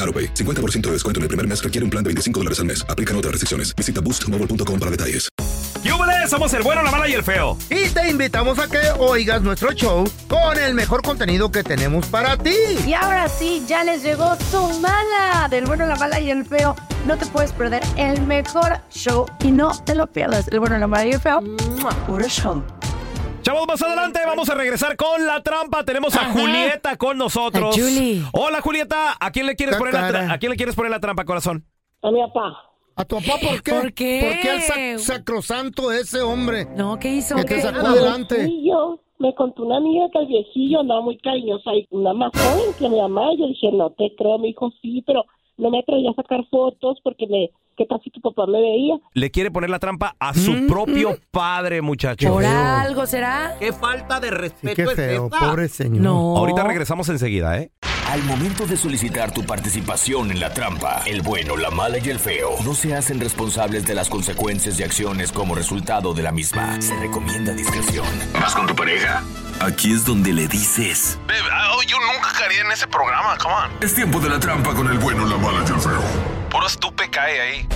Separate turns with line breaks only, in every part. AroPay. 50% de descuento en el primer mes requiere un plan de 25 dólares al mes. Aplican otras restricciones. Visita boostmobile.com para detalles.
¡Yúbele! Somos el bueno, la mala y el feo.
Y te invitamos a que oigas nuestro show con el mejor contenido que tenemos para ti.
Y ahora sí, ya les llegó su mala del bueno, la mala y el feo. No te puedes perder el mejor show y no te lo pierdas. El bueno, la mala y el feo. ¡Mua! Puro show.
Chavos, más adelante vamos a regresar con la trampa. Tenemos a Julieta con nosotros.
A Julie.
Hola, Julieta. ¿A quién le quieres
Qué
poner la tra-
cara.
a quién le quieres poner la trampa, corazón?
A mi papá.
¿A tu papá por qué?
¿Por qué?
¿Por qué al sac- sacrosanto ese hombre?
No, ¿qué hizo?
Que te
¿Qué?
sacó
A
adelante.
viejillo, me contó una amiga que el viejillo andaba muy cariñosa y una más joven que mi mamá. Y yo dije, no te creo, me dijo, sí, pero no me atreví a sacar fotos porque me, qué tal si tu papá me veía.
Le quiere poner la trampa a su
Mm,
propio padre, muchachos.
¿Por algo será?
¿Qué falta de respeto
Sí, qué
es
feo,
esta?
pobre señor.
No.
Ahorita regresamos enseguida, ¿eh?
Al momento de solicitar tu participación en la trampa, el bueno, la mala y el feo no se hacen responsables de las consecuencias y acciones como resultado de la misma. Se recomienda discreción. Más con tu pareja. Aquí es donde le dices.
Ah, oh, yo nunca caería en ese programa, come on.
Es tiempo de la trampa con el bueno, la mala y el feo.
Puro estupe cae ahí.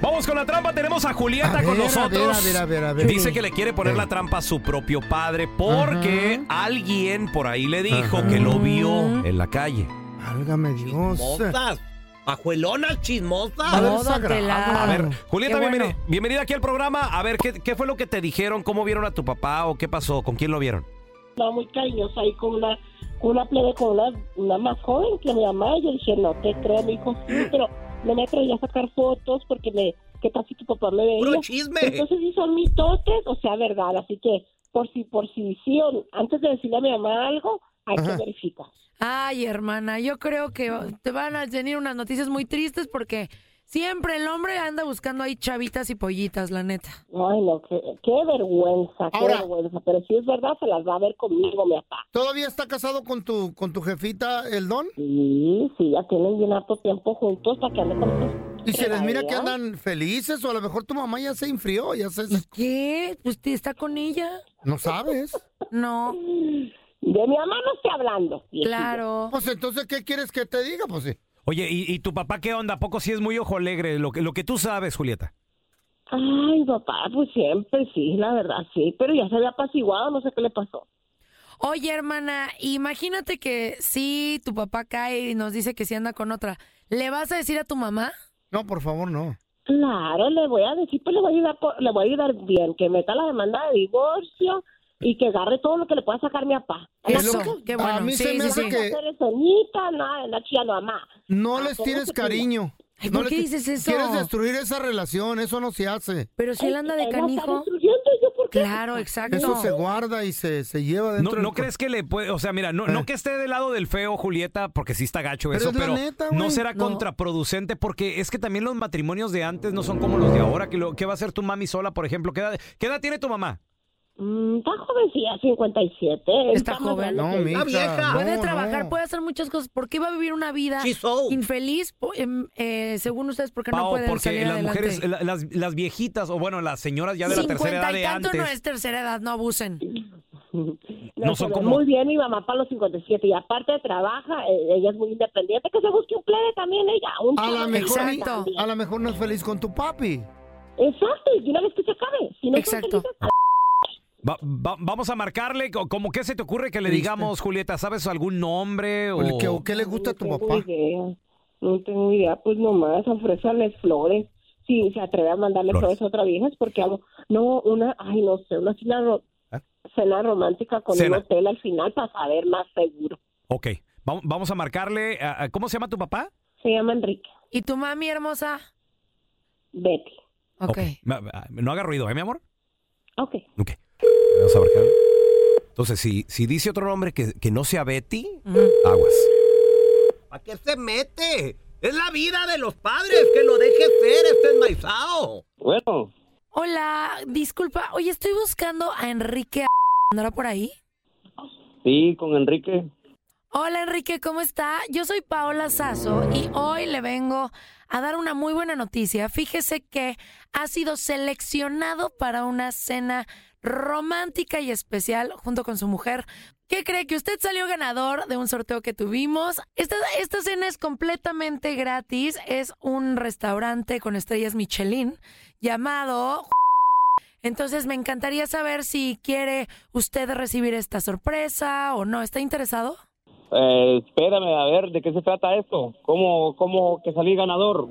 Vamos con la trampa. Tenemos a
A
Julieta
ver,
con
a ver,
nosotros.
a ver, a ver, a ver.
Dice que le quiere poner la trampa a su propio padre porque alguien por ahí le dijo que lo vio en la calle.
Válgame Dios.
Chismosas. Pajuelonas
A ver, Ah,
chismosas.
Todo
sagrado.
pelado.
A ver, Julieta,
Qué bueno.
bienveni- bienvenida aquí al programa. A ver, ¿qué, qué fue lo que te dijeron? ¿Cómo vieron a tu papá o qué pasó? ¿Con quién lo vieron?
Andaba muy cariñosa y con una, con una plebe, con una, una más joven que mi mamá. Y yo dije, no te creo, me dijo, sí, pero no me atreví a sacar fotos porque me, qué tal si tu papá me veía.
Puro chisme.
Entonces sí son mitotes, o sea, verdad. Así que por si, por si sí, o antes de decirle a mi mamá algo, hay que verificar.
Ay, hermana, yo creo que te van a venir unas noticias muy tristes porque siempre el hombre anda buscando ahí chavitas y pollitas, la neta.
Ay, no, qué, qué vergüenza, qué
Ahora-
vergüenza. Pero si es verdad, se las va a ver conmigo, mi papá.
¿Todavía está casado con tu, con tu jefita, el don?
Sí, sí, ya tienen bien harto tiempo juntos para que anden con
Y se les mira que
Todavía.
andan felices o a lo mejor tu mamá ya se enfrió, ya se...
¿Y qué? ¿Usted está con ella?
No sabes.
No,
De mi mamá no estoy hablando. viejillo.
claro.
Pues entonces, ¿qué quieres que te diga? Pues sí.
Oye, ¿y, y tu papá qué onda? ¿A poco sí es muy ojo alegre? Lo que, lo que tú sabes, Julieta.
Ay, papá, pues siempre sí, la verdad, sí. Pero ya se había apaciguado, no sé qué le pasó.
Oye, hermana, imagínate que si tu papá cae y nos dice que sí anda con otra, ¿le vas a decir a tu mamá?
No, por favor, no.
Claro, le voy a decir, pues le voy a ayudar, por- le voy a ayudar bien, que meta la demanda de divorcio y que agarre todo lo que le pueda sacar mi papá.
Es
Eso,
lo que-
qué
a
bueno.
mí
sí,
se me
sí,
hace
sí.
que-
No eres sonita, nada, de la chía, no, mamá.
No
Ah,
les
¿cómo
tienes
que te digo?
cariño.
Ay,
No
¿por
le
qué
ti-
dices eso?
Quieres destruir esa relación, eso no se hace.
Pero si él anda de
Él la está
canijo.
destruyendo, ¿yo por qué?
Claro, exacto.
Eso se guarda y se, se lleva
¿No,
dentro
no
del-
crees que le puede...? O sea, mira, no,
Eh.
no que esté del lado del feo, Julieta, porque sí está gacho
Pero
eso,
es la
pero
neta, güey.
no será
No.
contraproducente porque es que también los matrimonios de antes no son como los de ahora. Que lo- ¿Qué va a hacer tu mami sola, por ejemplo? ¿Qué edad, qué edad tiene tu mamá?
Mm, está jovencilla, 57.
Está
más
joven.
grande que-
Puede trabajar, puede hacer muchas cosas. ¿Por qué iba a vivir una vida infeliz, po- em, eh, según ustedes? Porque no
Pao,
puede
porque
salir
las
adelante.
mujeres, la- las, las viejitas, o bueno, las señoras ya de la tercera edad
y
de
tanto
antes.
no es tercera edad, no abusen.
No son
se ve
como-
Muy bien, mi mamá para los 57. Y aparte trabaja, eh, ella es muy independiente. Que se busque un plebe también ella. Un
A lo
chavo
mejor,
también.
a lo mejor no es feliz con tu papi.
Exacto, y una vez que se acabe. Si no son felices,
Ah,
Va- va- vamos a marcarle, co- como que se te ocurre que le
Triste.
digamos, Julieta, ¿sabes algún nombre? O...
¿Qué, o qué le gusta a tu
No
papá?
tengo idea. No tengo idea, pues nomás ofrézales flores. Si se atreve a mandarle flores, a otra vieja es porque hago, no, una, ay, no sé, una cena, ro- cena romántica con
¿Ah? Cena.
un hotel al final para saber más seguro.
Ok, va- vamos a marcarle, a- a- ¿cómo se llama tu papá?
Se llama Enrique.
¿Y tu mami hermosa?
Betty.
Ok.
Ma- ma- No haga ruido, ¿eh, mi amor?
Ok.
Ok. Vamos a marcarle. Entonces, si, si dice otro nombre que, que no sea Betty, aguas.
¿A qué se mete? Es la vida de los padres, que lo deje ser este enmaizado.
Bueno,
Hola, disculpa. Oye, estoy buscando a Enrique. ¿Andará por ahí?
sí, con Enrique.
Hola Enrique, ¿cómo está? Yo soy Paola Sazo y hoy le vengo a dar una muy buena noticia. Fíjese que ha sido seleccionado para una cena romántica y especial junto con su mujer. ¿Qué cree que usted salió ganador de un sorteo que tuvimos? Esta, esta cena es completamente gratis. Es un restaurante con estrellas Michelin llamado entonces me encantaría saber si quiere usted recibir esta sorpresa o no. ¿Está interesado?
Eh, espérame, a ver, ¿de qué se trata esto? ¿Cómo, cómo que salí ganador?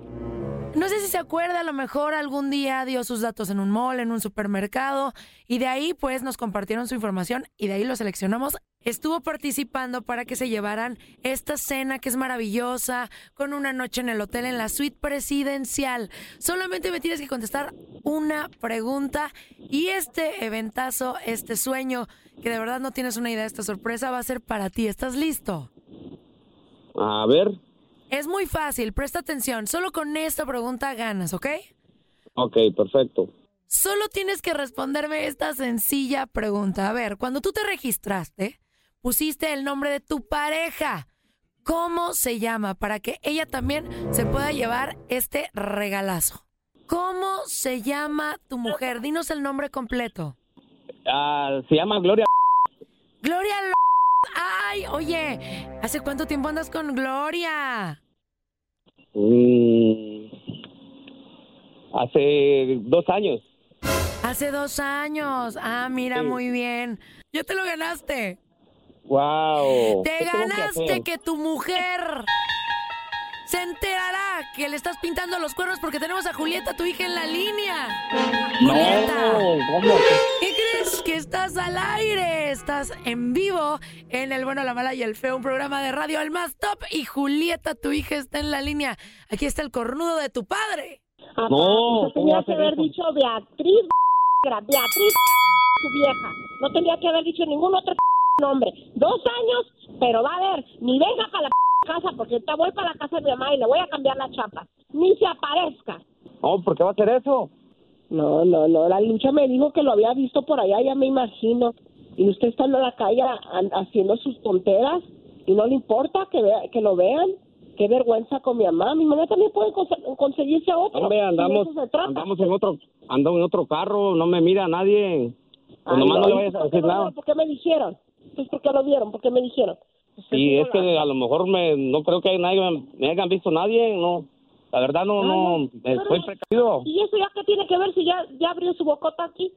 No sé si se acuerda, a lo mejor algún día dio sus datos en un mall, en un supermercado, y de ahí pues nos compartieron su información y de ahí lo seleccionamos. Estuvo participando para que se llevaran esta cena que es maravillosa, con una noche en el hotel, en la suite presidencial. Solamente me tienes que contestar una pregunta y este eventazo, este sueño, que de verdad no tienes una idea de esta sorpresa, va a ser para ti. ¿Estás listo?
A ver,
Es muy fácil, presta atención. Solo con esta pregunta ganas, ¿ok?
ok, perfecto.
Solo tienes que responderme esta sencilla pregunta. A ver, cuando tú te registraste, pusiste el nombre de tu pareja. ¿Cómo se llama? Para que ella también se pueda llevar este regalazo. ¿Cómo se llama tu mujer? Dinos el nombre completo.
Ah, se llama Gloria.
Gloria. Lo- Ay, oye, ¿hace cuánto tiempo andas con Gloria?
Mm, hace dos años.
Hace dos años. Ah, mira, muy bien. Ya te lo ganaste. Te
¡Wow! Oh, ¿Qué tengo que
ganaste
hacer?
que tu mujer se enterará que le estás pintando los cuernos porque tenemos a Julieta, tu hija, en la línea.
No, ¿cómo?
¿Qué crees? Que estás al aire, estás en vivo en El Bueno, la Mala y el Feo, un programa de radio, el más top, y Julieta, tu hija, está en la línea. Aquí está el cornudo de tu padre.
No, Ah, pues, tenía que
¿cómo hacer
haber
eso?
dicho Beatriz, era Beatriz, tu vieja. No tenía que haber dicho ningún otro nombre. Dos años, pero va a ver, ni venga para la casa, porque te voy para la casa de mi mamá y le voy a cambiar la chapa. Ni se aparezca.
No, ¿por qué va a hacer eso?
No, no, no, la lucha me dijo que lo había visto por allá, ya me imagino. Y usted está en la calle a- haciendo sus tonteras y no le importa que, vea- que lo vean. Qué vergüenza con mi mamá. Mi mamá también puede conse- conseguirse a otro.
Hombre,
Y de
andamos,
eso se trata.
andamos en otro, ando en otro carro, no me mira nadie. Pues
Ay,
nomás no
no,
le
¿y
vayas a
por qué
decir
no
nada.
vieron? ¿Por qué me dijeron? Pues porque lo vieron, porque me dijeron.
Y es que a lo mejor me, no creo que hay nadie, me hayan visto nadie, no. La verdad no, no, estoy precavido.
¿Y eso ya qué tiene que ver si ya, ya abrió su bocota aquí?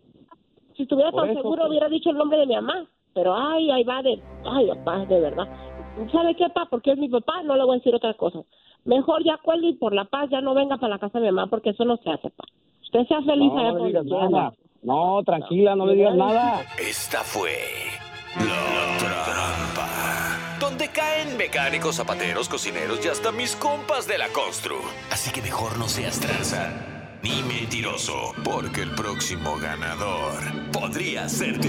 Si estuviera
Por
tan
eso,
seguro
pues.
hubiera dicho el nombre de mi mamá. Pero ay, ahí va de... Ay, papá, de verdad. ¿Sabe qué, papá? Porque es mi papá, no le voy a decir otras cosas. Mejor ya cuelgue y por la paz ya no venga para la casa de mi mamá porque eso no se hace, papá. Usted sea feliz allá
No, no
con
digas
su mamá.
nada. No, tranquila, no le digas nada.
Esta fue la trampa. Donde caen mecánicos, zapateros, cocineros y hasta mis compas de la constru. Así que mejor no seas tranza ni mentiroso, porque el próximo ganador podría ser tú.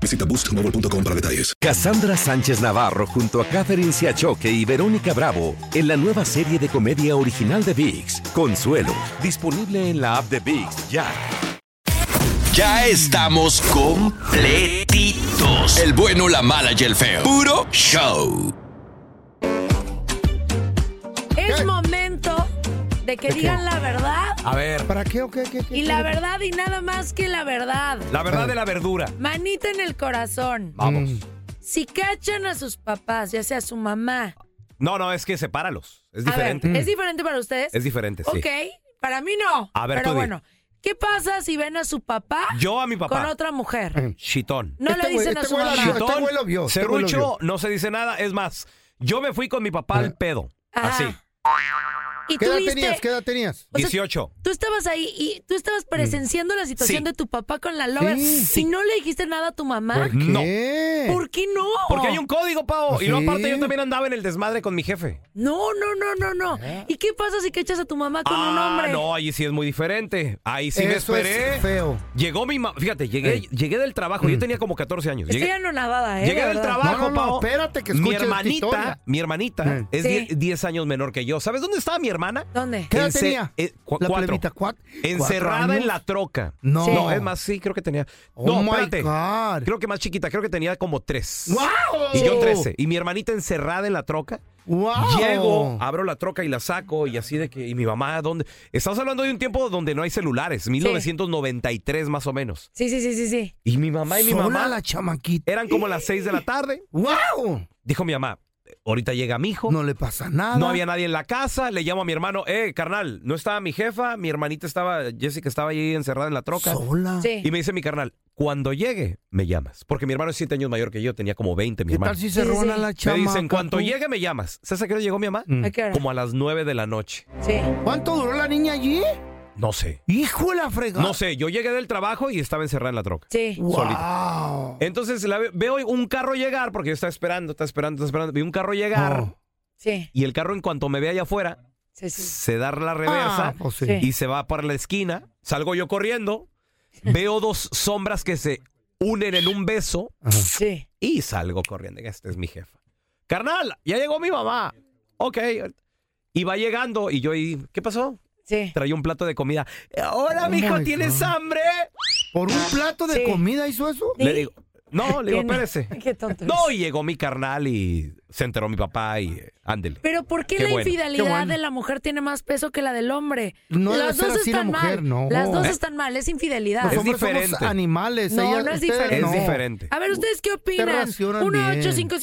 Visita boostmobile.com para detalles.
Cassandra Sánchez Navarro junto a Catherine Siachoque y Verónica Bravo en la nueva serie de comedia original de VIX, Consuelo, disponible en la app de VIX ya.
Ya estamos completitos. El bueno, la mala y el feo. Puro show.
Es momento de que
¿De qué?
digan la verdad.
A ver.
¿Para qué o qué? qué,
Y la verdad y nada más que la verdad.
La verdad de la verdura.
Manita en el corazón.
Vamos.
Mm.
Si cachan a sus papás, ya sea a su mamá.
No, no, es que sepáralos. Es
A ver,
diferente.
¿es diferente para ustedes?
Es diferente, sí.
Ok, para mí no.
A ver,
pero
tú di.
bueno. ¿Qué pasa si ven a su papá?
Yo a mi papá.
Con otra mujer.
Chitón.
No le dicen a su mamá.
Chitón,
este güey lo
serrucho, no se dice nada. Es más, yo me fui con mi papá
Ah.
al pedo.
Ajá.
Así.
¿Y
¿Qué
tú
edad
viste-
tenías? ¿Qué edad tenías?
18.
Tú estabas ahí y tú estabas presenciando la situación
Mm.
de
Sí.
tu papá con la lover.
Sí.
Si no le dijiste nada a tu mamá,
No.
¿Por qué no?
Porque hay un código, Pavo.
¿Ah,
Y
no
luego aparte yo también andaba en el desmadre con mi jefe.
No, no, no, no, no. ¿Y qué pasa si cachas a tu mamá con un
¿Eh? Ah,
hombre?
no, ahí sí es muy diferente. Ahí sí me
Eso es
esperé.
feo. Mm.
Llegó mi mamá. Fíjate, llegué, llegué del trabajo. Yo tenía como 14 años.
Estoy
Llegué,
anonadada, ¿eh?
llegué
la
del
verdad.
trabajo, Pavo. Mi
escuche esta
hermanita,
historia. Eh.
mi hermanita es
Sí.
10 10 años menor que yo. ¿Sabes dónde estaba mi hermana?
¿Dónde?
¿Qué edad
Ence-
tenía?
eh, cu-
La
cuatro.
plebita, cuat- cuatro
Encerrada
años.
en la troca.
No. Sí.
No, es más, sí, creo que tenía.
Oh
no,
my
espérate. Creo que más chiquita, creo que tenía como tres.
¡Guau!
Y yo 13. Y mi hermanita encerrada en la troca.
¡Guau!
Llego, abro la troca y la saco y así de que. ¿Y mi mamá dónde? Estamos hablando de un tiempo donde no hay celulares, 1993 más o menos.
Sí, sí, sí, sí, sí.
Y mi mamá y mi
Sola
mamá.
la chamaquita.
Eran como las 6 de la tarde.
¡Wow!
Dijo mi mamá, ahorita llega mi hijo.
No le pasa nada.
No había nadie en la casa. Le llamo a mi hermano, eh, carnal, no estaba mi jefa, mi hermanita estaba, Jessica estaba ahí encerrada en la troca.
Sola.
Sí.
Y me dice mi carnal, cuando llegue, me llamas. Porque mi hermano es 7 años mayor que yo, tenía como 20, mi
¿Qué
hermano.
tal si se Sí, sí, rona sí. la
Me
chamaca,
dice, en cuanto
tú? Mm.
llegue, me llamas. ¿Sabes a qué hora llegó mi mamá?
¿A qué hora?
Como a las 9 de la noche.
Sí.
¿Cuánto duró la niña allí?
No sé.
Hijo de la fregada.
No sé, yo llegué del trabajo y estaba encerrada en la troca.
Sí.
Solita. Entonces la ve- veo un carro llegar, porque yo estaba esperando, estaba esperando, estaba esperando. Vi un carro
Oh.
llegar.
Sí.
Y el carro, en cuanto me ve allá afuera,
Sí,
se da la reversa
Ah, pues sí.
y se va para la esquina. Salgo yo corriendo, veo dos sombras que se unen en un beso
Sí.
y salgo corriendo. Este es mi jefa. Carnal, ya llegó mi mamá. Ok. Y va llegando y yo, ahí, ¿qué pasó?
Sí.
Traía un plato de comida. "Eh, Hola,
Oh
mijo,
my
¿tienes
God.
hambre?
¿Por un plato de comida hizo eso?
Le digo, no, le digo,
Qué-
espérese.
Qué tonto.
No, y llegó mi carnal y se enteró mi papá y eh, ándele.
Pero ¿por qué,
Qué
la
bueno, qué
infidelidad
bueno.
de la mujer tiene más peso que la del hombre?
No debe
Las
ser
dos
así la
están
mujer,
mal.
no.
Las dos
Eh.
están mal, es infidelidad.
Los
Es
hombres somos
diferente.
animales.
No,
ellas-
no es
ustedes
diferente.
no.
Es diferente.
A ver, ¿ustedes qué opinan?
racionan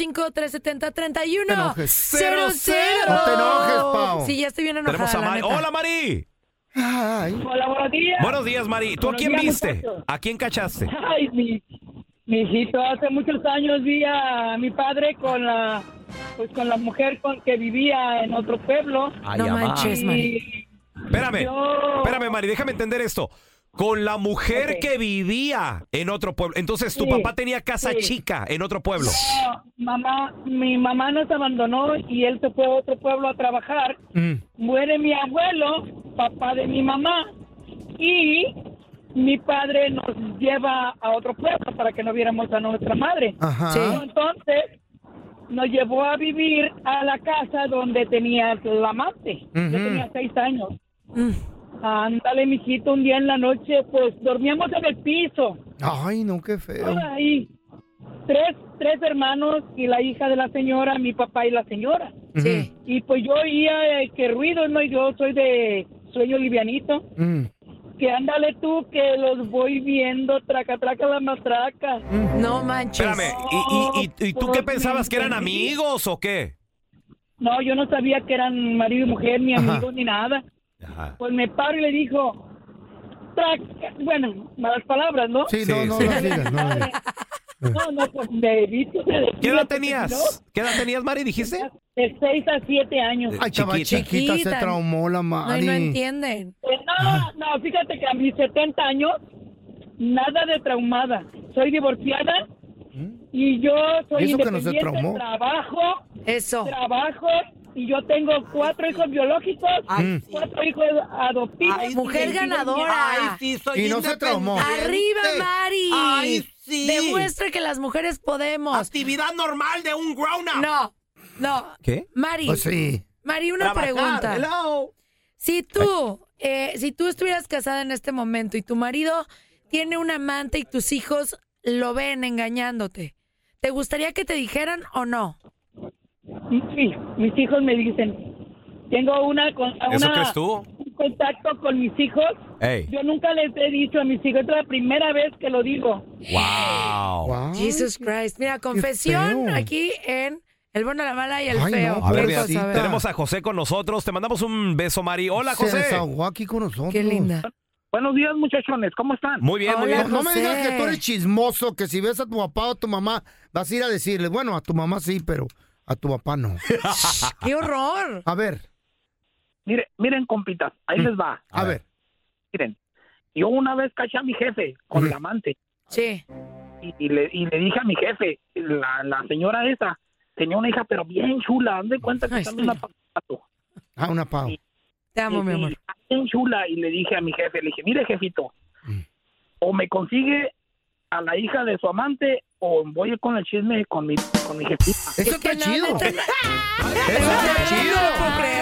1-855-370-31.
Te enojes.
Cero, cero.
No te enojes, Pau.
Sí, ya estoy bien enojada.
Tenemos a
la
Mari.
neta.
Hola, Mari.
Hola, buenos días.
Buenos días, Mari. ¿Tú a
Buenos
quién
días,
viste?
muchachos.
¿A quién cachaste?
Ay, mi, mi hijito, hace muchos años vi a mi padre con la pues con la mujer con que vivía en otro pueblo.
Ay, No amá. manches, Mari. Espérame,
Yo-
espérame, Mari, déjame entender esto. Con la mujer
Ok.
que vivía en otro pueblo. Entonces, tu
Sí,
papá tenía casa
sí.
chica en otro pueblo.
No, mamá, mi mamá nos abandonó y él se fue a otro pueblo a trabajar.
Mm.
Muere mi abuelo, papá de mi mamá, y mi padre nos lleva a otro pueblo para que no viéramos a nuestra madre.
Ajá. Sí.
Entonces nos llevó a vivir a la casa donde tenía la amante. Yo
Ujú.
tenía seis años. Ándale, mijito, un día en la noche, pues dormíamos en el piso.
Ay, no, qué feo.
Ahí. tres, tres hermanos y la hija de la señora, mi papá y la señora.
Sí.
Y pues yo oía eh, que ruido, no, yo soy de sueño livianito.
Mm.
Que ándale tú, que los voy viendo, traca, traca, la matraca.
No manches.
Espérame, ¿y, y, y, y tú qué pensabas que eran amigos o qué?
No, yo no sabía que eran marido y mujer, ni
Ajá.
amigos, ni nada. Pues me paro y le dijo, traca, bueno, malas palabras, ¿no?
Sí, no, no, no digas, no digas.
No, no, pues me evito.
¿Qué edad tenías? ¿Qué edad tenías, Mari, dijiste?
De 6 a 7 años.
Ay, chava chiquita, se traumó la
No,
Mari.
entienden. Pues
Ah.
No, no, fíjate que a mis 70 años, nada de traumada. Soy divorciada y yo soy
Mm. ¿Y eso que no se
independiente,
traumó?
trabajo. Eso. Trabajo y yo tengo cuatro hijos biológicos,
Ay,
cuatro hijos adoptivos.
Ay, mujer
y digo,
ganadora.
Ay, sí, soy
Y no se traumó.
Arriba, Mari.
Ay,
sí.
Demuestra que las mujeres podemos.
Actividad normal de un grown up.
No, no.
¿Qué?
Mari.
Pues sí.
Mari, una
Trabajar,
pregunta.
hello.
Si tú, eh, si tú estuvieras casada en este momento y tu marido tiene un amante y tus hijos lo ven engañándote, ¿te gustaría que te dijeran o no?
Sí, mis hijos me dicen, tengo una, con-
¿Eso
una-
crees tú?
un contacto con mis hijos.
Ey.
Yo nunca les he dicho a mis hijos, es la primera vez que lo digo.
Wow.
Jesus Christ. Mira, confesión
feo.
aquí en El bueno, la mala y el
Ay,
feo.
no,
A ver,
Por
mira,
cosa, a ver.
tenemos a José con nosotros. Te mandamos un beso, Mari. Hola,
Se
José.
desahogó aquí con nosotros.
Qué linda.
Buenos días, muchachones. ¿Cómo están?
Muy bien, muy bien.
No me digas que tú eres chismoso, que si ves a tu papá o a tu mamá, vas a ir a decirle, bueno, a tu mamá sí, pero a tu papá no.
¡Qué horror!
A ver. Mm.
Mire, miren, compitas, ahí les va.
A ver.
Miren, yo una vez caché a mi jefe con el amante.
Sí.
Y, y le, y le dije a mi jefe, la, la señora esa, tenía una hija, pero bien chula, haz de cuenta que también la
Ah, una pau.
Te amo, mi amor.
bien chula. Y le dije a mi jefe, le dije, mire, jefito,
Mm.
o me consigue a la hija de su amante o voy con el chisme con mi, con mi jefita.
Eso está chido. Eso está chido. Eh,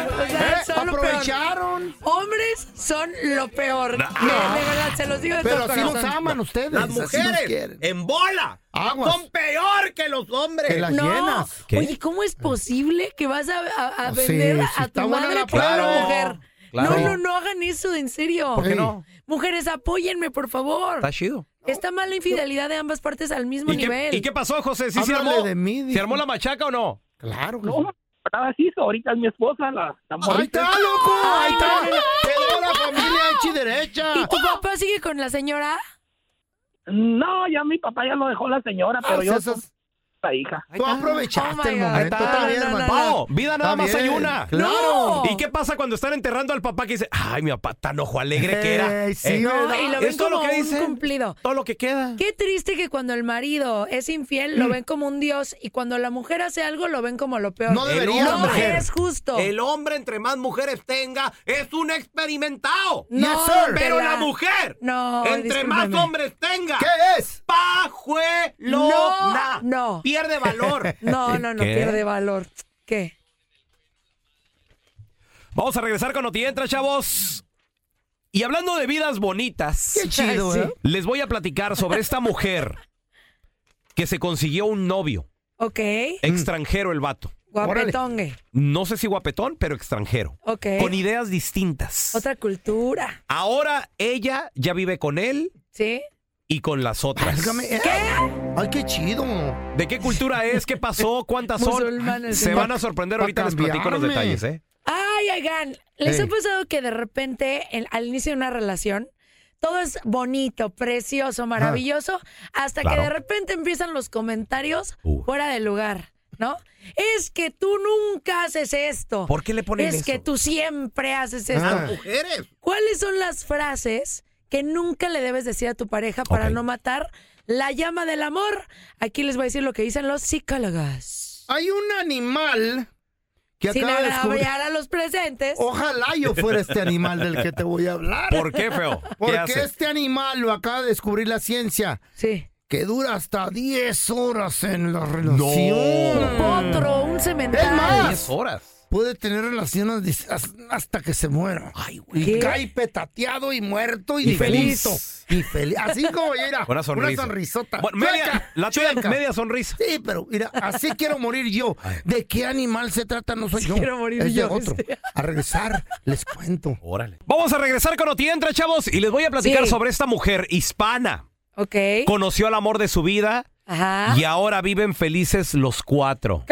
aprovecharon.
Hombres son lo peor. De-
No.
De
Ah.
verdad, se los digo de
Pero
todo
así los
corazón.
aman ustedes.
Las
así los
mujeres
quieren.
Em,
en bola
Aguas.
son peor que los hombres.
Que las
no.
llenas. ¿Qué?
Oye, ¿cómo es posible que vas a, a- a
No sé,
vender
si
a
está
tu
buena
madre
la
por
plata.
una mujer?
Claro.
No, no, no hagan eso, en serio.
¿Por qué no?
Mujeres, apóyenme, por favor.
Está chido.
Está mal la infidelidad de ambas partes al mismo
¿Y qué,
nivel.
y qué pasó, José? ¿Sí se
Háblale
armó?
de mí,
¿Se
dijo.
armó la machaca o no?
Claro.
No, nada hizo. Ahorita es mi esposa, la, la
Ahí
morrita.
está, loco. Ahí está. Quedó la familia hecha y derecha.
¿Y tu
¡Ah!
papá sigue con la señora?
No, ya mi papá ya lo dejó la señora, pero
Ah,
yo
esas-
con la hija.
Tú aprovechaste
Oh my
el
God.
momento.
Ahí está.
Está bien,
No, no,
hermano.
Pao, vida nada
Está
más hay
bien,
una.
Claro.
¿Y qué pasa cuando están enterrando al papá que dice, ay, mi papá tan ojo alegre que era?
Ey, sí,
Eh,
¿verdad?
No, y lo ven
¿Es todo
como
lo que
un
dicen?
cumplido.
Todo lo que queda. Mm.
Qué triste que cuando el marido es infiel lo ven como un dios y cuando la mujer hace algo lo ven como lo peor.
No debería,
No
mujer.
es justo.
El hombre, entre más mujeres tenga, es un experimentado.
No, Yes, sir.
Pero
Tela.
la mujer,
No,
entre más
discúlpeme.
hombres tenga,
¿Qué es?
pajuelona.
No, no.
Pierde valor.
No, no, no
¿Qué?
pierde valor. ¿Qué?
Vamos a regresar con Noti Entra, chavos. Y hablando de vidas bonitas,
Qué chido,
Sí.
¿eh?
les voy a platicar sobre esta mujer que se consiguió un novio,
Ok.
Mm.
extranjero el vato.
Guapetongue.
No sé si guapetón, pero extranjero.
Ok.
Con ideas distintas.
Otra cultura.
Ahora ella ya vive con él
¿Sí?
y con las otras.
Válgame, eh. Ay, qué chido.
¿De qué cultura es? ¿Qué pasó? ¿Cuántas son?
Musulmanes,
Se
sí.
van a sorprender
Pa'
ahorita, les platico los
cambiarme.
detalles, ¿eh?
Ay, oigan, ¿les
Ey.
ha pasado que de repente en- al inicio de una relación todo es bonito, precioso, maravilloso, hasta que
Claro.
de repente empiezan los comentarios
Uh.
fuera de lugar, ¿no? Es que tú nunca haces esto.
¿Por qué le ponen
Es
eso?
que tú siempre haces esto.
Ah.
Mujeres.
¿Cuáles son las frases que nunca le debes decir a tu pareja para
Ok.
no matar la llama del amor? Aquí les voy a decir lo que dicen los psicólogos.
Hay un animal que
Sin
acaba de descubrir.
agraviar a los presentes.
Ojalá yo fuera este animal del que te voy a hablar.
¿Por qué, feo? ¿Qué
Porque
hace?
este animal lo acaba de descubrir la ciencia,
Sí.
que dura hasta 10 horas en la relación.
Otro, un cemental.
Es más,
10 horas.
puede tener relaciones dis- as- hasta que se muera. Ay, güey.
¿Qué?
Y cae petateado y muerto y,
Y feliz.
feliz. Y feliz. Así como, mira,
Una sonrisa.
sonrisota.
Bueno, media-
Chueca,
la tuya,
chueca.
media sonrisa.
Sí, pero mira, así quiero morir yo. ¿De qué animal se trata? No soy yo.
Quiero morir
es de
yo,
otro. A regresar, les cuento.
Órale. Vamos a regresar con Otientra, chavos, y les voy a platicar
Sí.
sobre esta mujer hispana.
Ok.
Conoció al amor de su vida
Ajá.
y ahora viven felices los cuatro.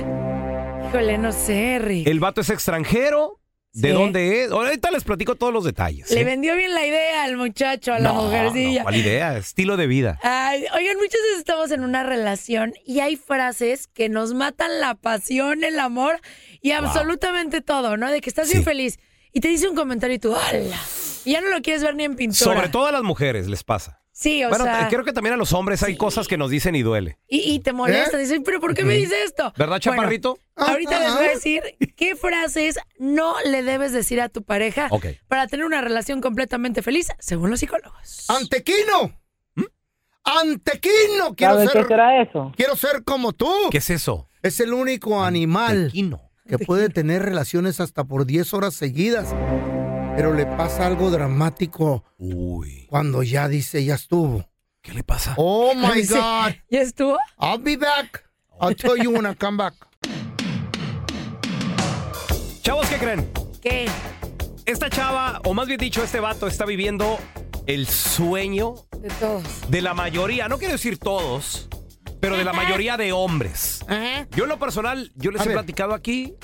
Ah, Híjole, no sé, Rick.
El vato es extranjero. ¿De
Sí.
dónde es? Ahorita les platico todos los detalles.
Le
¿eh?
vendió bien la idea al muchacho, a la
No,
mujercilla.
no, ¿Cuál idea? Estilo de vida.
Ay, oigan, muchas veces estamos en una relación y hay frases que nos matan la pasión, el amor y
Wow.
absolutamente todo, ¿no? De que estás bien feliz y te dice un comentario y tú, ¡hala! Y ya no lo quieres ver ni en pintura.
Sobre todo a las mujeres les pasa.
Sí, o
bueno,
sea,
creo que también a los hoces hay cosas que nos dicen y duele.
y, y te molesta, dices, ¿pero por qué me
¿Eh? Ujú.
dice esto?
¿Verdad, chaparrito? Ah,
ahorita les voy a decir qué frases no le debes decir a tu pareja
Ok.
para tener una relación completamente feliz, según los psicólogos.
¡Antequino! ¡Antequino! Quiero
¿Sabes
ser,
qué
será eso? Quiero ser como tú.
¿Qué es eso?
Es el único animal que puede tener relaciones hasta por 10 horas seguidas. Pero le pasa algo dramático cuando ya dice, ya estuvo.
¿Qué le pasa?
Oh my
Dice,
God.
¿Ya estuvo?
I'll be back. I'll tell you when I come back.
Chavos, ¿qué creen?
¿Qué?
Esta chava, o más bien dicho, este vato está viviendo el sueño
De todos.
de la mayoría, no quiero decir todos, pero de la mayoría de hombres.
Ajá.
Yo en lo personal, yo les
A
he
ver.
platicado aquí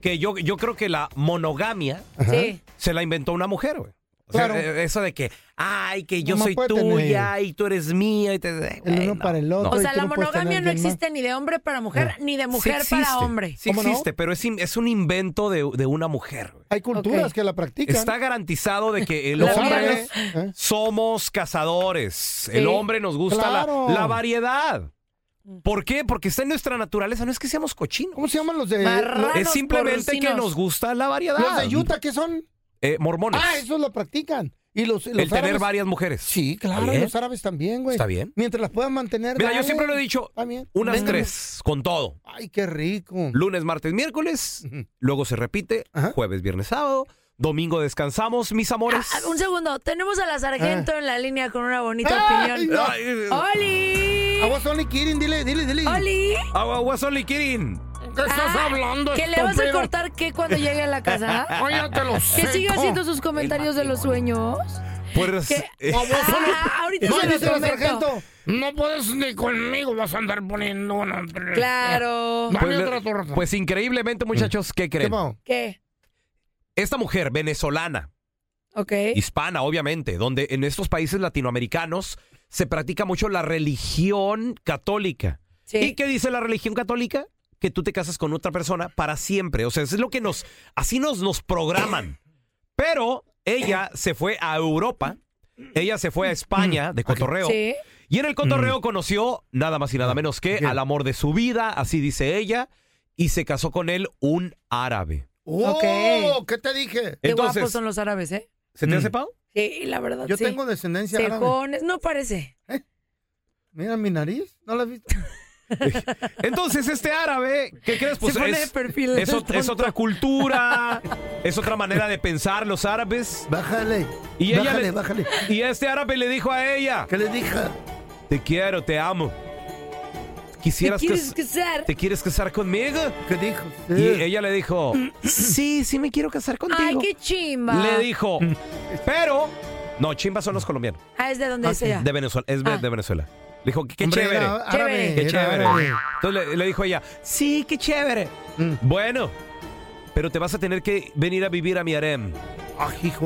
que yo, yo creo que la monogamia
Ajá. Sí.
se la inventó una mujer, güey. O sea,
Claro.
eh, eso de que, ay, que yo
Nomás
soy
puede
tuya y tú eres mía. Y te, eh,
El
güey,
uno
no,
para el otro.
no.
O sea, la monogamia no existe ni de hombre para mujer, ni de
Sí
mujer para
existe,
hombre.
Sí existe, pero es, in- es un invento de, de una mujer. güey.
Hay culturas que la practican.
Está garantizado de que el
Los
hombre
hombres, ¿eh?
somos cazadores. El hombre nos gusta la-
Claro.
la, variedad. ¿Por qué? Porque está en nuestra naturaleza. No es que seamos cochinos.
¿Cómo se llaman los de...?
Marranos, Es simplemente porcinos. que nos gusta la variedad.
¿Los de Utah qué son?
Eh, mormones.
Ah, esos lo practican. Y los, y los
el tener
árabes-
varias mujeres. Sí,
Claro, y los árabes también, güey.
Está bien.
Mientras las puedan mantener.
Mira, yo
dale.
siempre lo he dicho,
Está bien.
unas
Venga.
tres, con todo.
Ay, qué rico.
Lunes, martes, miércoles, luego se repite, jueves, viernes, sábado, domingo descansamos, mis amores.
Ah, Un segundo, tenemos a la sargento en la línea con una bonita
Ah. Ay,
opinión.
no. Ay,
¡Oli!
Aguas only kidding, dile, dile, dile.
¡Oli!
Agua, agua, sol y kirin.
¿Qué estás hablando,
Ah, ¿Que le vas a
estúpido?
cortar qué cuando llegue a la casa?
Cállate los
Que sigue
seco. ¿eh?
haciendo sus comentarios de los sueños.
Pues,
¿Qué?
eh,
Ah, ahorita
No,
se los
dice la
prometo.
sargento, No puedes ni conmigo, vas a andar poniendo una.
Claro.
Dame
Pues,
otra torta.
pues, increíblemente, muchachos, ¿qué creen?
¿Qué?
Esta mujer venezolana,
Ok.
hispana, obviamente, donde en estos países latinoamericanos se practica mucho la religión católica. ¿Y qué dice la religión católica? Que tú te casas con otra persona para siempre. O sea, eso es lo que nos. Así nos, nos programan. Pero ella se fue a Europa. Ella se fue a España de cotorreo.
Sí.
Y en el cotorreo conoció nada más y nada menos que al amor de su vida, así dice ella, y se casó con él un árabe.
Oh,
Ok.
¿Qué te dije?
Qué
Entonces-
guapos son los árabes, ¿eh?
¿Se te hace pau?
Sí, la verdad.
Yo
sí.
tengo descendencia árabe.
Cejones, no parece.
Mira mi nariz, ¿no la has visto?
Entonces, este árabe, ¿qué crees? Pues
Se pone de
es,
perfil,
es
el
ot- es
tonto.
otra cultura, es otra manera de pensar los árabes.
Bájale.
Y ella
bájale,
le-
bájale.
Y este árabe le dijo a ella.
¿Qué le dijo?
Te quiero, te amo. Quisieras
¿Te quieres
cas-
casar?
¿Te quieres casar conmigo?
¿Qué dijo?
Y ella le dijo, sí, sí me quiero casar contigo.
Ay, qué chimba.
Le dijo, pero... No, chimbas son los colombianos.
Ah, es de donde sea.
De Venezuela, es ve-
Ah.
de Venezuela. Le dijo, qué
Hombre,
chévere.
era árabe,
qué
era
chévere.
árabe. Mm.
Entonces le, le dijo ella, sí, qué chévere. Bueno, pero te vas a tener que venir a vivir a mi harem.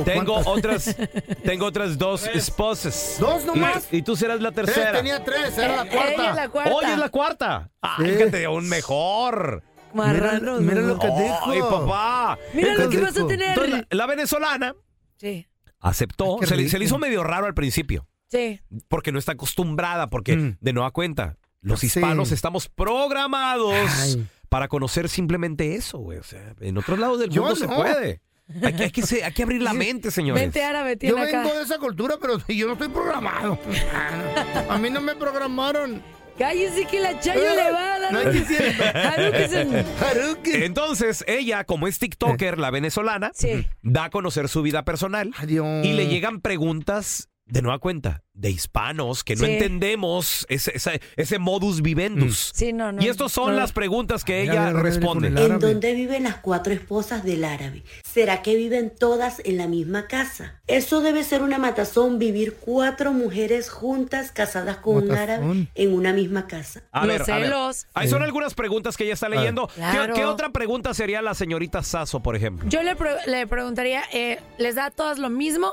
tengo
¿cuántas?
otras, tengo otras dos esposas.
¿Dos nomás?
Y, y tú serás la
Tres,
tercera.
tenía tres, era la
Eh,
cuarta.
ella es la cuarta.
Oye, es la cuarta. Ay,
Sí.
que te dio un Ah, mejor.
Marranos,
Mira- mira lo que
Ay,
dijo.
papá.
Mira lo que vas a
Entonces,
tener.
la- la venezolana
Sí,
aceptó.
qué
Se le,
rico.
se le hizo medio raro al principio,
sí.
porque no está acostumbrada, porque
Mm.
de nueva cuenta, los hispanos estamos programados para conocer simplemente eso, güey. O sea, en otros lados del
Yo
mundo se
no.
puede. Hay que, hay que se- hay que abrir la mente, señores.
Vente árabe,
Yo
tiene acá.
vengo de esa cultura, pero yo no estoy programado. A mí no me programaron. Eh,
Cállese que la chayo le va a
Entonces, ella, como es
Eh.
TikToker, la venezolana, da a conocer su vida personal y le llegan preguntas de nueva cuenta de hispanos que no
Sí.
entendemos ese, esa- ese modus vivendus.
Sí, no, no.
y estas
Mm.
son
no.
las preguntas que
a
ella
ver, a ver,
responde.
¿En dónde viven las cuatro esposas del árabe? ¿Será que viven todas en la misma casa? Eso debe ser una matazón, vivir cuatro mujeres juntas casadas con un árabe
Matazón.
en una misma casa.
A ver, a ver. Ahí son algunas preguntas que ella está
ver.
leyendo. ¿Qué-
Claro.
¿Qué, otra pregunta sería la señorita Sasso, por ejemplo?
Yo le, pre- le preguntaría, eh, ¿les da a todas lo mismo?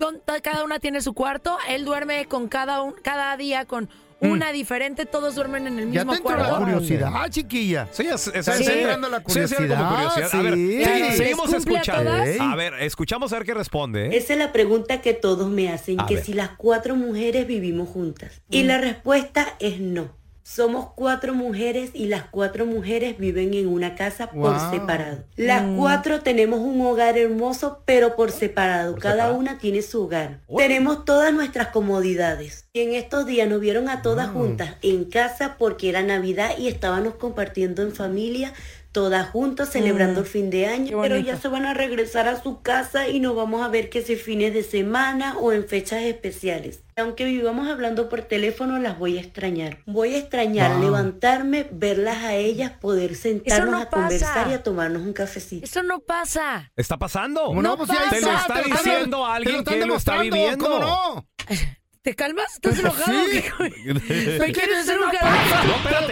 Don- ta- Cada una tiene su cuarto, él duerme con cada un, cada día con
Mm.
una diferente, todos duermen en el
Ya
mismo
te entró
cuarto.
la curiosidad, chiquilla.
Sí, es,
Está entrando la curiosidad.
A ver,
sí.
sí, seguimos
¿Les cumple a
escuchando.
todas?
A ver, escuchamos a ver qué responde. ¿eh?
Esa es la pregunta que todos me hacen,
A
que
ver.
si las cuatro mujeres vivimos juntas.
Mm.
Y la respuesta es no. Somos cuatro mujeres y las cuatro mujeres viven en una casa
Wow.
por separado. Las
Mm.
cuatro tenemos un hogar hermoso, pero por separado. Cada
separado.
una tiene su hogar. Tenemos todas nuestras comodidades. Y en estos días nos vieron a
Mm.
todas juntas en casa porque era Navidad y estábamos compartiendo en familia. Todas juntas celebrando
Mm.
el fin de año, pero ya
bonito.
se van a regresar a su casa y nos vamos a ver que si fines de semana o en fechas especiales. Aunque vivamos hablando por teléfono, las voy a extrañar. Voy a extrañar
Wow.
levantarme, verlas a ellas, poder sentarnos
no
a
pasa.
conversar y a tomarnos un cafecito.
Eso no pasa.
¿Está pasando?
¿Cómo no? No Pues sí, ahí
te lo
está, te
está
lo están-
diciendo
te lo
alguien
están
que lo está
demostrando,
viviendo.
¿cómo no? ¿Te calmas? ¿Estás enojado? ¿Me quieres hacer un carajo?
No, espérate.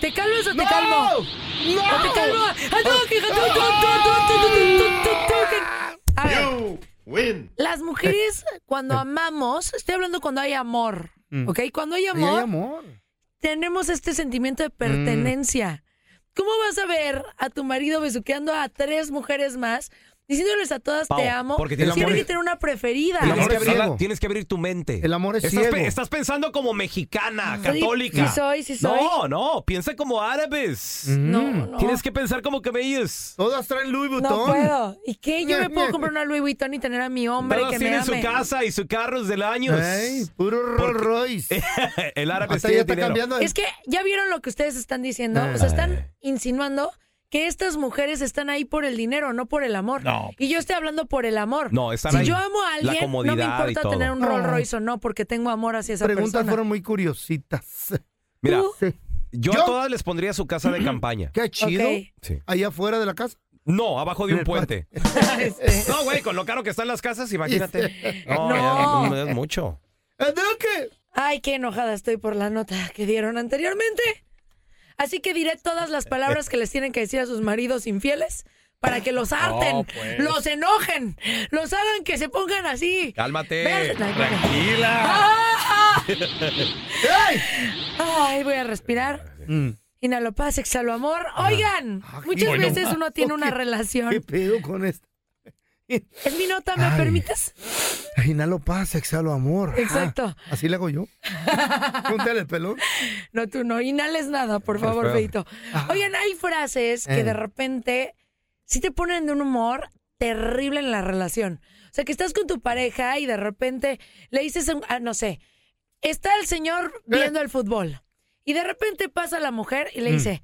¿Te calmas o te
¡No!
calmo?
¡No!
¿O te calmo? ¡Ah, ¡Hadouken, hadouken, hadouken! A ver, las mujeres cuando amamos, estoy hablando cuando hay amor,
Mm.
¿ok? Cuando hay
Ahí hay
amor,
amor.
tenemos este sentimiento de pertenencia. ¿Cómo vas a ver a tu marido besuqueando a tres mujeres más, diciéndoles a todas
Pau,
te amo?
porque
tiene
tienes amor.
que tener una preferida.
Tienes que, abrir, tienes que abrir tu mente. El amor
es
estás
ciego.
pe- estás pensando como mexicana,
Sí,
católica.
sí soy, sí soy.
No, no, piensa como árabes.
No, no.
Tienes que pensar como que ellos.
Todas traen Louis
No puedo. ¿Y qué? Yo me puedo comprar una Louis Vuitton y tener a mi hombre
Todas
que me
tienen su
ame.
casa y su carro del año.
Ey, puro Rolls Royce.
el árabe
Hasta
tiene
ya está
dinero.
cambiando
Es que ya vieron lo que ustedes están diciendo. O sea,
Eh.
están insinuando que estas mujeres están ahí por el dinero, no por el amor.
No.
Y yo estoy hablando por el amor.
No, están
si
ahí.
yo amo a
La
alguien, no me
comodidad y
importa
todo.
tener un
No.
Rolls Royce o no, porque tengo amor hacia esa
Preguntas
persona.
fueron muy curiositas. Uh,
Mira,
Sí.
yo, a todas les pondría su casa de campaña.
Qué chido.
Sí.
Allá afuera de la casa.
No, abajo de un puente.
Este.
No, güey, con lo caro que están las casas, imagínate. No, ya,
No.
es mucho.
Ay, qué enojada estoy por la nota que dieron anteriormente. Así que diré todas las palabras que les tienen que decir a sus maridos infieles para que los harten,
No, pues.
los enojen, los hagan que se pongan así.
Cálmate.
Ves, la- ¡Ah! Ay, voy a respirar. Inhalo paz, exhalo amor. Oigan, muchas
Mm. Ah, bueno.
veces uno tiene una
¿Qué- ¿Qué
relación.
pedo con esto?
Es mi nota, ¿me
Ay.
permites?
Inhalo paz, exhalo amor. Ah,
Exacto.
así le hago yo. Júntale el pelón.
No, tú no inhales nada, por favor,
Espérame.
Feito. Oigan, hay frases que
Eh.
de repente sí te ponen de un humor terrible en la relación. O sea, que estás con tu pareja y de repente le dices, a un- a, no sé, está el
Eh.
señor viendo el fútbol y de repente pasa la mujer y le
Mm.
dice,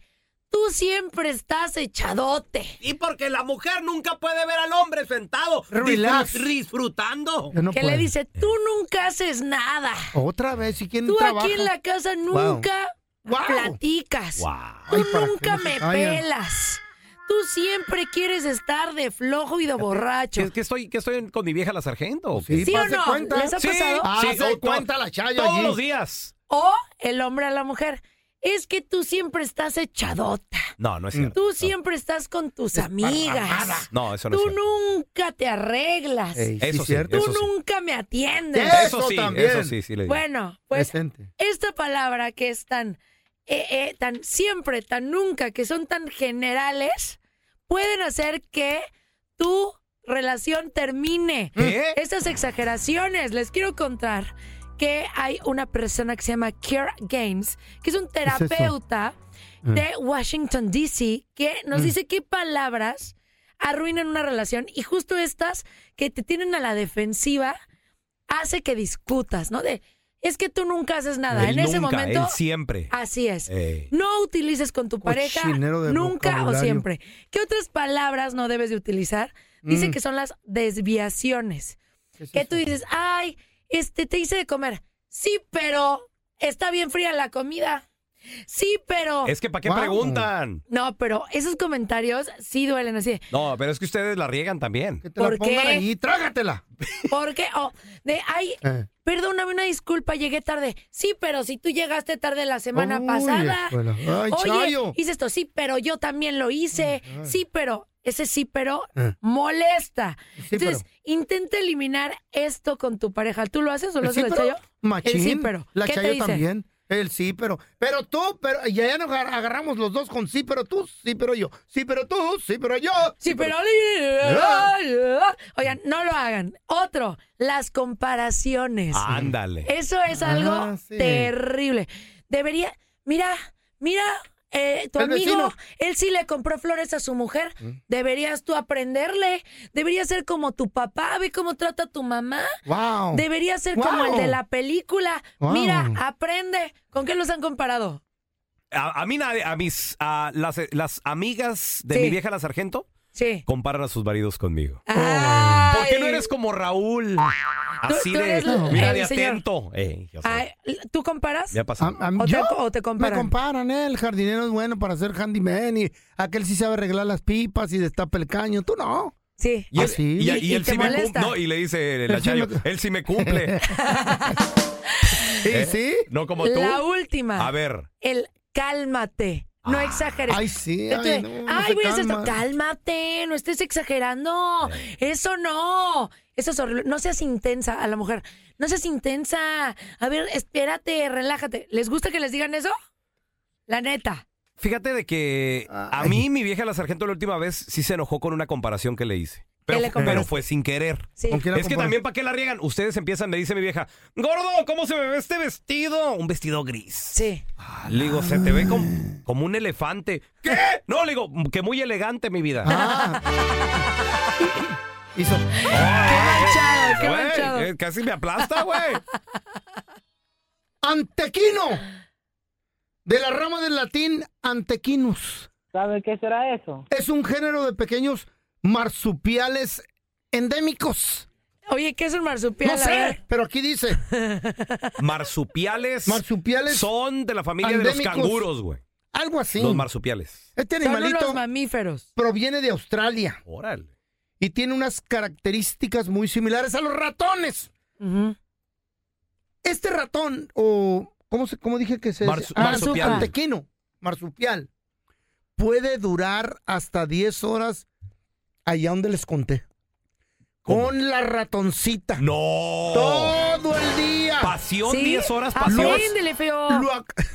tú siempre estás echadote.
Y porque la mujer nunca puede ver al hombre sentado
Relax.
disfrut- disfrutando.
Ya no
que
puedo.
le dice, tú nunca haces nada.
Otra vez, ¿y quién
Tú
trabaja?
aquí en la casa
Wow.
nunca
Wow.
platicas.
Ay,
Tú
¿para qué
nunca
no
me
se callan?
pelas. Tú siempre quieres estar de flojo y de borracho.
¿Qué, qué estoy, ¿Qué estoy con mi vieja la sargento? o qué?
¿Sí o no? ¿Les ha
Sí,
pasado?
sí,
Hace
o-
Ah, cuenta la chaya
Todos
allí.
los días.
O el hombre a la mujer. Es que tú siempre estás echadota.
No, no es
Mm.
cierto.
Tú siempre estás con tus amigas.
No, eso no
Tú
es cierto.
nunca te arreglas.
Ey, sí, Eso sí, cierto.
Tú
eso sí.
nunca me atiendes.
Eso sí, eso sí, sí le digo.
Bueno, pues esta palabra que es tan, eh, eh, tan siempre, tan nunca, que son tan generales, pueden hacer que tu relación termine. Estas exageraciones, les quiero contar que hay una persona que se llama Kier Games, que es un
es eso?
terapeuta
Mm.
de Washington, D.C., que nos
Mm.
dice qué palabras arruinan una relación y justo estas que te tienen a la defensiva hace que discutas, ¿no? De, es que tú nunca haces nada.
Él
en ese
nunca,
momento.
él siempre. Eh,
Así es.
Ey.
No utilices con tu pareja
Cochinero de
nunca o
vocabulario.
siempre. ¿Qué otras palabras no debes de utilizar? Dice
Mm.
que son las desviaciones. que tú dices, ay, este te hice de comer. Sí, pero está bien fría la comida. Sí, pero.
Es que ¿para qué preguntan?
No, pero esos comentarios sí duelen así. de,
No, pero es que ustedes la riegan también.
te la ¿Por pongan qué? ahí,
trágatela.
¿Por qué? O de, ay,
Eh.
perdóname una disculpa, llegué tarde. Sí, pero si tú llegaste tarde la semana
Uy,
pasada.
escuela. Ay,
Oye,
Chayo. Mm,
hice esto, sí, pero yo también lo hice. Sí, pero ese sí, pero
Eh.
molesta. Entonces,
pero.
intenta eliminar esto con tu pareja. ¿Tú lo haces o lo
El
hace
Eh, sí,
la
pero,
Chayo?
Machín.
El sí, pero.
La
¿Qué te
Chayo
dice?
también. El sí, pero. Pero tú, pero. Y allá nos agar- agarramos los dos con sí, pero tú, sí, pero yo. Sí, pero tú, sí, pero Ah. yo.
Sí, pero... Oigan, no lo hagan. Otro, las comparaciones.
Ah, Ándale.
Eso es algo
Ah, sí.
terrible. Debería, mira, mira, eh, tu
El
amigo,
vecino.
él sí le compró flores a su mujer.
Mm.
Deberías tú aprenderle. Deberías ser como tu papá, ve cómo trata a tu mamá.
Wow.
Deberías ser como
Wow.
el de la película.
Wow.
Mira, aprende. ¿Con qué los han comparado?
A, a mí nadie, a mis, a las, las amigas de
Sí.
mi vieja la sargento,
sí.
comparan a sus maridos conmigo. ¿Por qué no eres como Raúl? Así
tú
de,
eres el-
mira,
el
de
señor.
atento. Ey, ya sé,
Ay, ¿Tú comparas?
ya pasó.
¿O, te, o te comparan?
Me comparan, ¿eh? El jardinero es bueno para ser handyman y aquel sí sabe arreglar las pipas y destapa el caño. Tú no.
Sí.
Y, él-
¿Ah, sí.
y- y él sí me cum- no, y le dice el
Él sí
achayo, él sí me cumple. ¿Eh?
sí?
No como tú.
La última.
A ver.
El cálmate.
Ah,
No exageres.
ay, sí,
Entonces,
ay, no, no
ay,
se
voy a hacer esto.
calma.
Cálmate, no estés exagerando. Eso no. Eso es horrible. No seas intensa a la mujer. No seas intensa. A ver, espérate, relájate. ¿Les gusta que les digan eso? La neta.
Fíjate de que a mí mi vieja la sargento la última vez sí se enojó con una comparación que le hice. Pero,
le comparaste?
pero fue sin querer.
Sí. ¿Con
Es
qué la
que
comparaste?
también, ¿para qué la riegan? Ustedes empiezan, me dice mi vieja, Gordo, ¿cómo se me ve este vestido? Un vestido gris. Ah,
Sí.
Le digo, se te ve como, como un elefante. ¿Qué? No, le digo, que muy elegante mi vida.
Hizo.
manchado,
qué manchado.
eh, casi me aplasta, güey.
Antequino. De la rama del latín antequinus.
¿Sabe qué será eso?
Es un género de pequeños marsupiales endémicos.
Oye, ¿qué es un marsupial?
No
A
sé,
ver.
pero aquí dice.
Marsupiales.
Marsupiales
Son de la familia de los
endémicos.
canguros, güey.
Algo así.
Los marsupiales.
Este
Son
animalito
unos mamíferos.
proviene de Australia
Órale.
y tiene unas características muy similares a los ratones. Este ratón, o ¿cómo, se, cómo dije que se
Marsu-
Ah,
marsupial.
Antequino, marsupial, puede durar hasta 10 horas allá donde les conté. Con la ratoncita.
No.
Todo el día.
Pasión,
Sí,
10 horas pasión.
Apréndele, feo.
Lo, ac-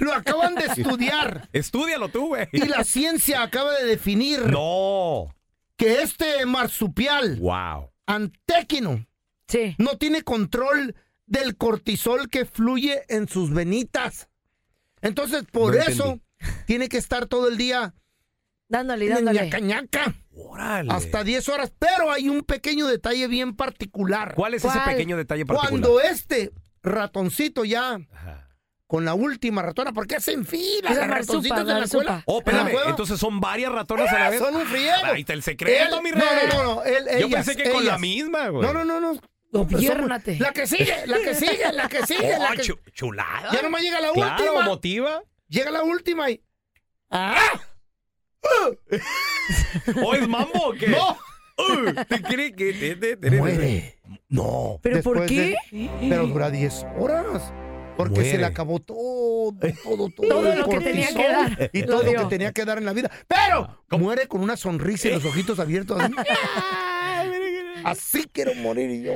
lo acaban de estudiar.
Estúdialo tú, güey.
Y la ciencia acaba de definir
No.
que este marsupial
Wow.
antequino no tiene control del cortisol que fluye en sus venitas. Entonces, por
No
eso tiene que estar todo el día
dándole, dándole.
ñaca, ñaca,
Órale.
hasta 10 horas. Pero hay un pequeño detalle bien particular.
¿Cuál es ese ¿Cuál? pequeño detalle particular?
Cuando este ratoncito ya. Con la última ratona, porque hacen fila.
Esa
Los ratoncitos
marsupa,
de la
marsupa.
escuela.
Oh,
En la
espérame.
cueva.
Entonces son varias ratonas a la
Ah,
vez.
Son un friego.
Ahí está el secreto,
Él-
mi
no,
rey.
no, no, no, él-
Yo
ellas,
pensé que con la
ellas.
misma, güey.
No, no, no, no.
No,
pues somos-
Piérnate.
La que sigue, la que sigue, la que sigue. la
Oh,
que-
chu- chulada.
Ya nomás llega la
Claro,
última.
motiva.
Llega la última y. ¡Ah!
¿O Oh, es mambo o qué?
No.
Uh, te cree que te- te- te-
Muere.
No.
¿Pero por qué? Pero dura 10 horas. Porque se le
Muere.
acabó todo, todo, todo.
Todo
el
lo que tenía que
cortisol
dar.
Y
Lo
todo lo
dio.
que tenía que dar en la vida. Pero
Ah,
muere con una sonrisa y los ojitos abiertos. Así, Así quiero morir yo.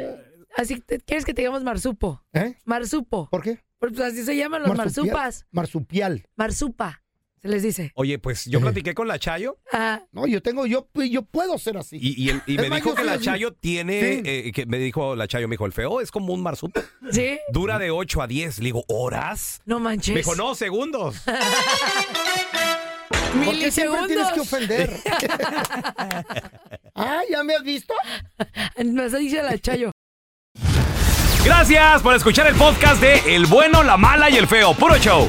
Así te- quieres que te digamos marsupo.
¿Eh?
Marsupo.
¿Por qué?
Pues así se llaman los
Marsupial.
marsupas.
Marsupial.
Marsupa, se les dice.
Oye, pues yo platiqué con la Chayo
Ah,
No, yo tengo, yo, yo puedo ser así.
y, y, el- y
Es
me
más,
dijo
yo
que
soy
la
así.
Chayo tiene,
Sí.
eh, que me dijo la Chayo, me dijo, el feo es como un marsupo.
¿Sí?
Dura de 8 a 10. Le digo, ¿horas?
No manches.
Me dijo, no, segundos.
¿Por qué siempre tienes
Milisegundos.
que ofender? ah, ¿ya me has visto?
Nos dice la Chayo.
Gracias por escuchar el podcast de El bueno, la mala y el feo. Puro show.